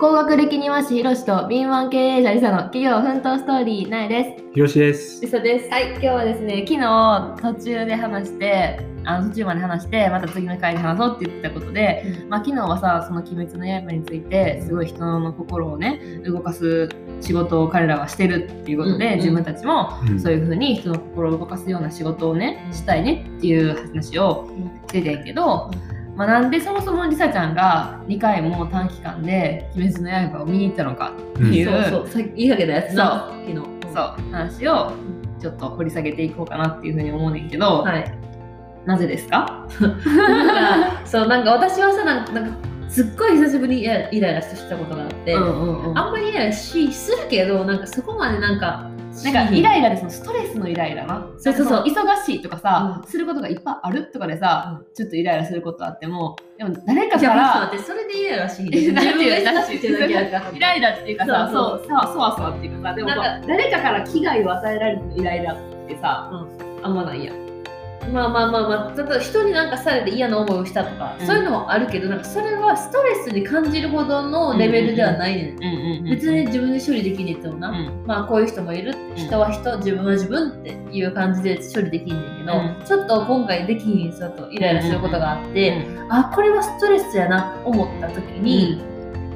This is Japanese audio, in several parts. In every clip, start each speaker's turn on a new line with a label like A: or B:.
A: 高学歴にましひろしと敏腕経営者りさの企業奮闘ストーリーなえです
B: ひろしです。
A: りさですはい今日はですね昨日途中で話してあの途中まで話してまた次の回で話そうって言ってたことで、まあ昨日はさその「鬼滅の刃」についてすごい人の心をね動かす仕事を彼らはしてるっていうことで、
C: うんうん
A: 自分たちも
B: うん
A: そういう風に人の心を動かすような仕事をねしたいねっていう話をしててんけど、まあ、なんでそもそもりさちゃんが2回も短期間で「鬼滅の刃」を見に行ったのか
B: う
A: ってい
B: ん
A: う
C: そうそう、さっき言いかけたやつな、昨日。
A: そう話をちょっと掘り下げていこうかなっていうふうに思うねんけど、
C: はい。
A: なぜですか
C: なんかそう、なんか私はさ、なんか、なんかすっごい久しぶりにイライラしたことがあって、
A: うんう
C: あんまりイライラしするけど、なんかそこまでなんか、
A: なんかイライラでそのストレスのイライラな
C: そうそうそう
A: なんかの忙しいとかさ、
C: う
A: することがいっぱいあるとかでさ、ちょっとイライラすることあってもでも誰か
C: じ
A: か
C: ゃあ、
A: ら
C: 待って、それでイライラしい。
A: え
C: 自 分
A: なんていう
C: が忙しいってだけやから。
A: イライラっていうかさそ
C: そう
A: さわそわそわっていうかさでもこう
C: なん
A: 誰かから危害を与えられるイライラってさ、あんまないやん
C: まあまあまあまあ、ちょっと人になんかされて嫌な思いをしたとか、
A: うん
C: そういうのもあるけど、なんかそれはストレスに感じるほどのレベルではないねん。
A: うんうん
C: 別に自分で処理できねえってもな、
A: うん
C: まあこういう人もいる人は人、自分は自分っていう感じで処理できんねんけど、
A: う
C: ちょっと今回できひんちょっとイライラすることがあって、あこれはストレスやなと思った時に、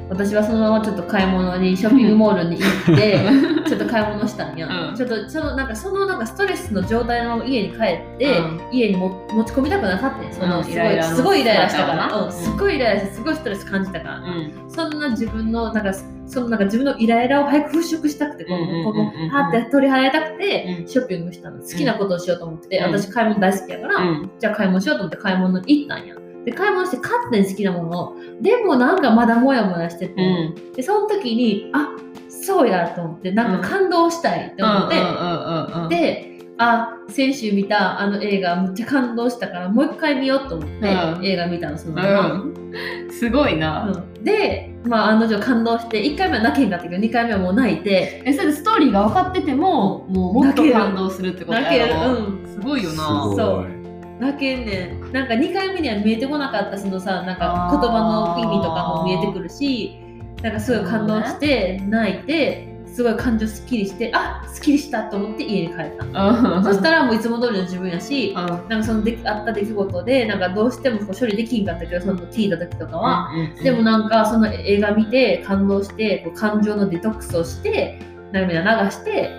C: 私はそのままちょっと買い物にショッピングモールに行って ちょっと買い物したんや、
A: うん
C: ちょっとそのなんかそのなんかストレスの状態のまま家に帰って、
A: うん
C: 家にも持ち込みたくなかったんやその、
A: うん
C: す
A: イ
C: ご
A: ライ
C: い
A: ラの
C: すごいイライラしたか
A: 姿を
C: ら、
A: な
C: うんすごいイライラしてすごいストレス感じたから、
A: うん
C: そんな自分のなんかそのなんか自分のイライラを早く払拭したくてこ
A: うんうんうんうん
C: ここあって取り払いたくて、
A: うん
C: ショッピングしたの好きなことをしようと思って、
A: うん
C: 私買い物大好きやから、
A: うん
C: じゃあ買い物しようと思って買い物に行ったんやで買い物して勝手に好きなものをでもなんかまだモヤモヤしてて、
A: うん
C: でその時にあそうやと思ってなんか感動したいと思って、
A: うんうんうんうんうん
C: であ先週見たあの映画むっちゃ感動したからもう一回見ようと思って、
A: うん
C: 映画見たのそのまま、
A: うんすごいな、
C: うんで、まあ、案の定感動して1回目は泣けんかったけど2回目はもう泣いて
A: えそれでストーリーが分かってても、もうもっと
C: 泣ける
A: 感動するってこと
C: 泣け
A: や
C: る、
A: ろ、
C: うん、
A: すごいよ
B: す
A: な
B: ごい
C: そう泣けんねんなんか2回目には見えてこなかったそのさなんか
A: あー
C: 言葉の意味とかも見えてくるしなんかすごい感動して泣いてすごい感情すっきりしてあすっきりしたと思って家に帰った
A: うん
C: そしたらもういつも通りの自分やし
A: うん
C: なんかそのであった出来事でなんかどうしてもこう処理できんかったけどその聞いた時とかは、でもなんかその映画見て感動してこう感情のデトックスをして涙流して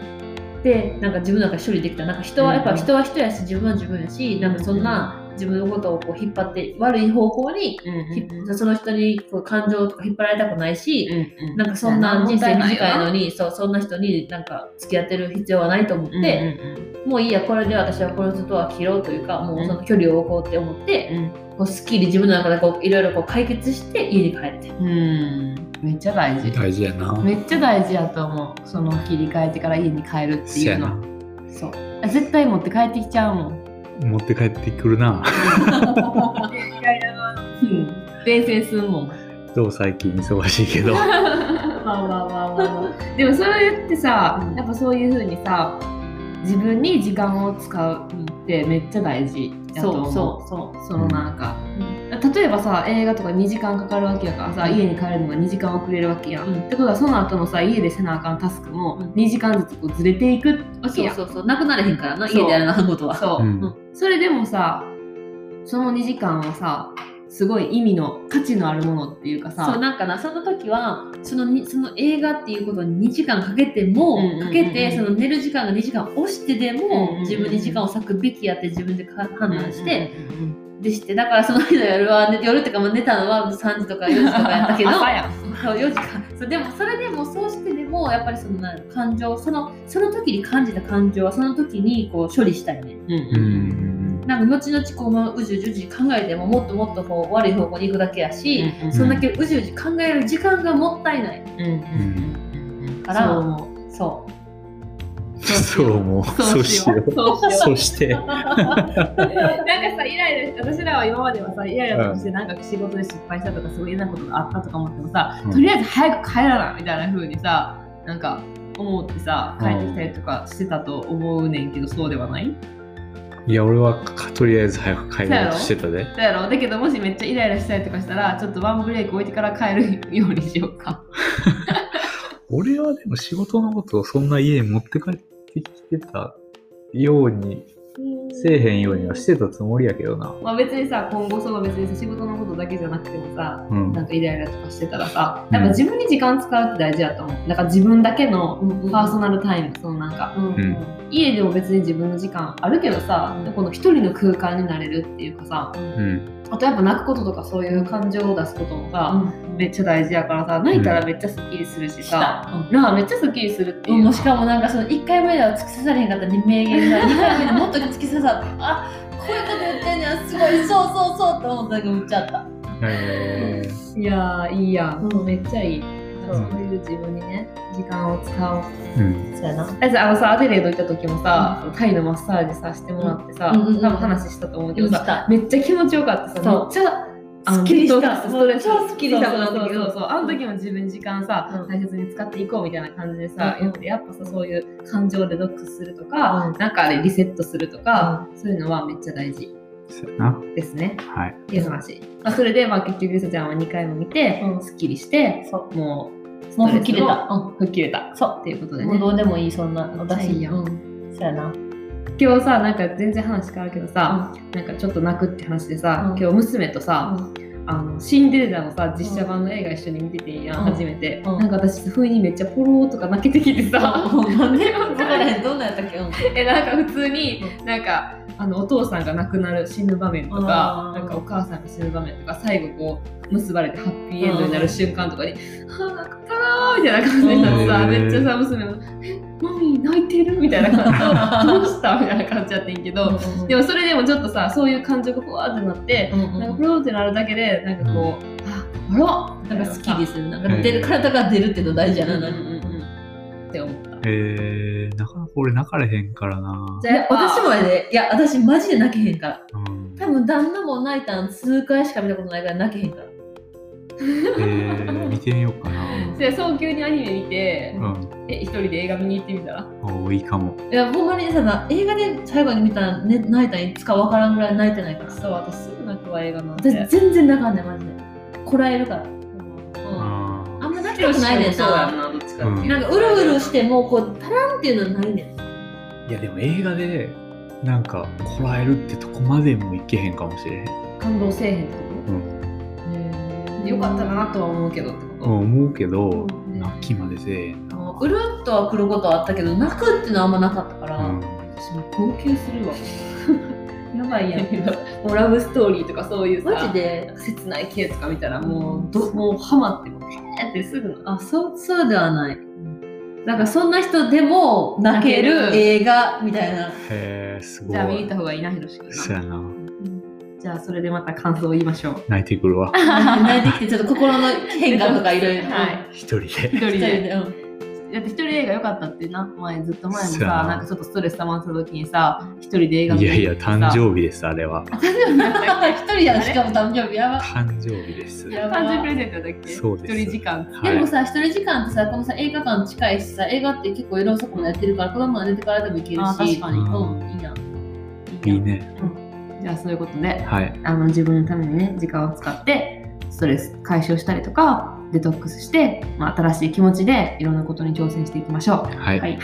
C: でなんか自分なんか処理できたなんか人はやっぱ人は人やし自分は自分やしなんかそんな自分のことをこう引っ張って悪い方向に
A: うんうん
C: ひその人にこう感情とか引っ張られたくないし
A: うんうん
C: なんかそんな人生短いの
A: に
C: にそうそんな人になんか付き合ってる必要はないと思ってもういいやこれで私はこの人とは切ろうというかもうその距離を置こうって思ってこうすっきり自分の中でこういろいろこう解決して家に帰って。
A: うんめっちゃ大事
B: 大事やな。
A: めっちゃ大事やと思うその切り替えてから家に帰るって
B: せ
A: いう
B: や
A: の
B: な。
A: そうあ絶対持って帰ってきちゃうもん
B: 持って帰ってくるな。
A: いやいや伝染すんもん
B: どう最近忙しいけ ど。
A: まあまあまあまあまあでもそれってさ、
C: うん
A: やっぱそういうふうにさ自分に時間を使うってめっちゃ大事やと思う
C: そうそう
A: そのなんか、例えばさ映画とか2時間かかるわけやからさ家に帰るのが2時間遅れるわけやん、
C: うん
A: ってことはその後のさ家でせなあかんタスクも
C: うん
A: 2時間ずつこうずれていくわけ
C: そう
A: やん
C: そうそうなくなれへんからな
A: そう
C: 家でやらなことは
A: そうう、
B: ん
A: それでもさその2時間はさすごい意味の価値のあるものっていうかさ
C: そうなんかなその時はそのにその映画っていうことに2時間かけて
A: うん
C: も、
A: うんうんうん
C: かけてその寝る時間が2時間押してでも、
A: うんうんうん
C: 自分に時間を割くべきやって自分でか判断して、
A: うんうんうん
C: でしてだからその日の夜は寝夜っていうかまあ寝たのは3時とか4時とかやったけど
A: 朝やん
C: そう4時間そうでもそれでもそうしてでもやっぱりそのなんやろ感情そのその時に感じた感情はその時にこう処理したいね
A: うん
B: う
A: うん
B: ん。
C: なんか後々このうじうじうじ考えてももっともっとこう悪い方向に行くだけやし、そんだけうじうじ考える時間がもったいない
A: うんうんうん
C: から
A: そう思
C: そう
B: そう思う。そうしよう。
A: そうしよう
B: そして。
A: なんかさイライラして私らは今まではさイライラしてなんか仕事で失敗したとかすごい嫌なことがあったとか思ってもさ、
B: うん
A: とりあえず早く帰らなみたいな風にさなんか思ってさ帰ってきたりとかしてたと思うねんけど、そうではない
B: いや俺はかとりあえず早く帰ろうとしてたで
A: そうやろだけどもしめっちゃイライラしたりとかしたらちょっとワンブレイク置いてから帰るようにしようか
B: 俺はでも仕事のことをそんな家に持って帰ってきてたようにせえへんようにはしてたつもりやけどな
A: まあ別にさ今後その別にさ仕事のことだけじゃなくてもさ
B: うん
A: なんかイライラとかしてたらさやっぱ自分に時間使うって大事やと思うだから自分だけのパーソナルタイムそのなんか
C: うん
B: うん
A: 家でも別に自分の時間あるけどさこの一人の空間になれるっていうかさ
B: うん
A: あとやっぱ泣くこととかそういう感情を出すこともさ、めっちゃ大事やからさ泣いたらめっちゃスッキリするしさ、なあめっちゃスッキリするっていう
C: もうしかもなんかその1回目では突き刺されへんかったね名言が2回目でもっと突き刺さってあこういうこと言ってんねやすごいそうそうそうって思ったけど言っちゃった
B: えー
A: いやーいいやん、
C: うん
A: めっちゃいい
C: そう
A: そういう自分にね時間を使おう
B: うん
C: そうやな
A: ああのさアデレード行った時もさ、タイのマッサージさしてもらってさ、
C: うんうんうん
A: 多分話したと思うけどさ、
C: た
A: めっちゃ気持ちよかった
C: そ
A: さ
C: う
A: めっちゃ
C: すっきりし
A: あ
C: た
A: のストレス
C: 超すっきりした
A: そうそうそう
C: そうそう
A: そうあの時も自分時間さ、
C: うん
A: 大切に使っていこうみたいな感じでさ、
C: うん
A: やっぱやっぱさそういう感情をデトックスするとか、
C: うん
A: なんかあれリセットするとか、そういうのはめっちゃ大事
B: そうやな
A: ですね
B: はい
A: っていう話、まあ、それで、まあ、結局リサちゃんは2回も見て、
C: うん
A: すっきりして
C: そ
A: もう
C: もう吹っ切れ
A: ストレス
C: た、
A: を吹っ切れた
C: そう
A: っていうことで
C: もう
A: ね
C: どうでもいいそんなのだ
A: めっちゃい
C: し
A: いやん
C: うん、そうやな
A: 今日さなんか全然話変わるけどさ、なんかちょっと泣くって話でさ、
C: うん
A: 今日娘とさ、あのシンデレラのさ実写版の映画一緒に見ててんや、
C: うん
A: ん、初めて、
C: うん
A: なんか私不意にめっちゃポローとか泣けてきてさ、
C: なんで分からへんどんなやったっけ、うん、
A: えなんか普通になんかあのお父さんが亡くなる死ぬ場面と
C: う
A: か
C: ん
A: なんかお母さんが死ぬ場面とか最後こう結ばれてハッピーエンドになる瞬間とかに「はあ泣くたな」みたいな感じになって
B: う
A: さ
B: ん
A: めっちゃさ娘も「えマミー泣いてる?」みたいな 感じどうした?」みたいな感じやってんけど、で
C: も、
A: もそれでもちょっとさそういう感情がふわーってなって、
C: うん
A: なんかプロってなるだけでなんかこう、ああら
C: なんか好きですするなんか出る体が出るっての大事やな、なんか
A: って思った
B: えー、なかなか俺泣かれへんからな、
A: じ
C: いや私もやでいや私マジで泣けへんから
B: うん、
C: 多分旦那も泣いたん数回しか見たことないから泣けへんから
B: えー、見てみようかな
A: で早急にアニメ見て、
B: うん
A: え一人で映画見に行ってみたら
B: おーいいかも
C: いやほんまにさな映画で最後に見たら、ね、泣いたんいつかわからんぐらい泣いてないから
A: そう私すぐ泣くわ映画なんて
C: 私全然泣かんねんマジでこらえるから、うん、
B: あ
C: あんま泣きたくないねん
A: そうや
C: な
A: などっちかっていうと
C: なんかうるうるしてもこうパランっていうのはないねん
B: ーいやでも映画でなんかこらえるってとこまでもいけへんかもしれへん、
A: 感動せえへんって
B: うん、
A: ことよかったなとは思うけどってこ
B: と思うけど
A: うん
B: 泣きまでせえへんな、
C: あうるっとは来ることはあったけど泣くっていうのはあんまなかったから、
B: うん、
C: 私もう号泣する わやばいやん
A: ともうラブストーリーとかそういうさ
C: マジで
A: 切ない系とか見たらもうどもうハマってもうえーってすぐの
C: あそうそうではないなんかそんな人でも泣け
A: 泣
C: る
A: ける
C: 映画みた いな
B: へえすごい
A: じゃあ見に行った方がいいなひろし君
B: そ
A: な
B: やな
A: じゃあそれでまた感想を言いましょう
B: 泣いてくるわ
C: 泣いてきてちょっと心の変化とかいろいろ
A: はい
B: 一人で
A: 一人
C: 一人
A: で
C: でうん
A: だって一人映画良かったってな前ずっと前もさ
B: そうやな
A: なんかちょっとストレス溜まった時にさ一人で映画
B: いやい
A: に
B: や
A: 行ってさ
B: 誕生日ですあれは
A: 誕生 日だったっ
C: 一人やんしかも誕生日やば
B: 誕生日です
C: や
A: け誕生日プレゼントだっけ
B: そうです
A: 一人時間
B: は
C: で
B: い
C: もさ一人時間ってさこのさ映画館近いしさ映画って結構いろ遅くもやってるから子供が寝てからでも行けるし
A: あ確か
B: に
C: うんいいやん
B: いいね
A: じゃあそういうことで
B: はい
A: あの自分のためにね時間を使ってストレス解消したりとかデトックスして、まあ、新しい気持ちでいろんなことに挑戦していきましょ
B: は
A: うはいい、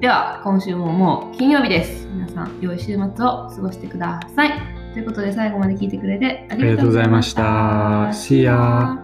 A: では今週ももう金曜日です皆さん良い週末を過ごしてくださいということで最後まで聞いてくれてあ
B: ありがとうございました See ya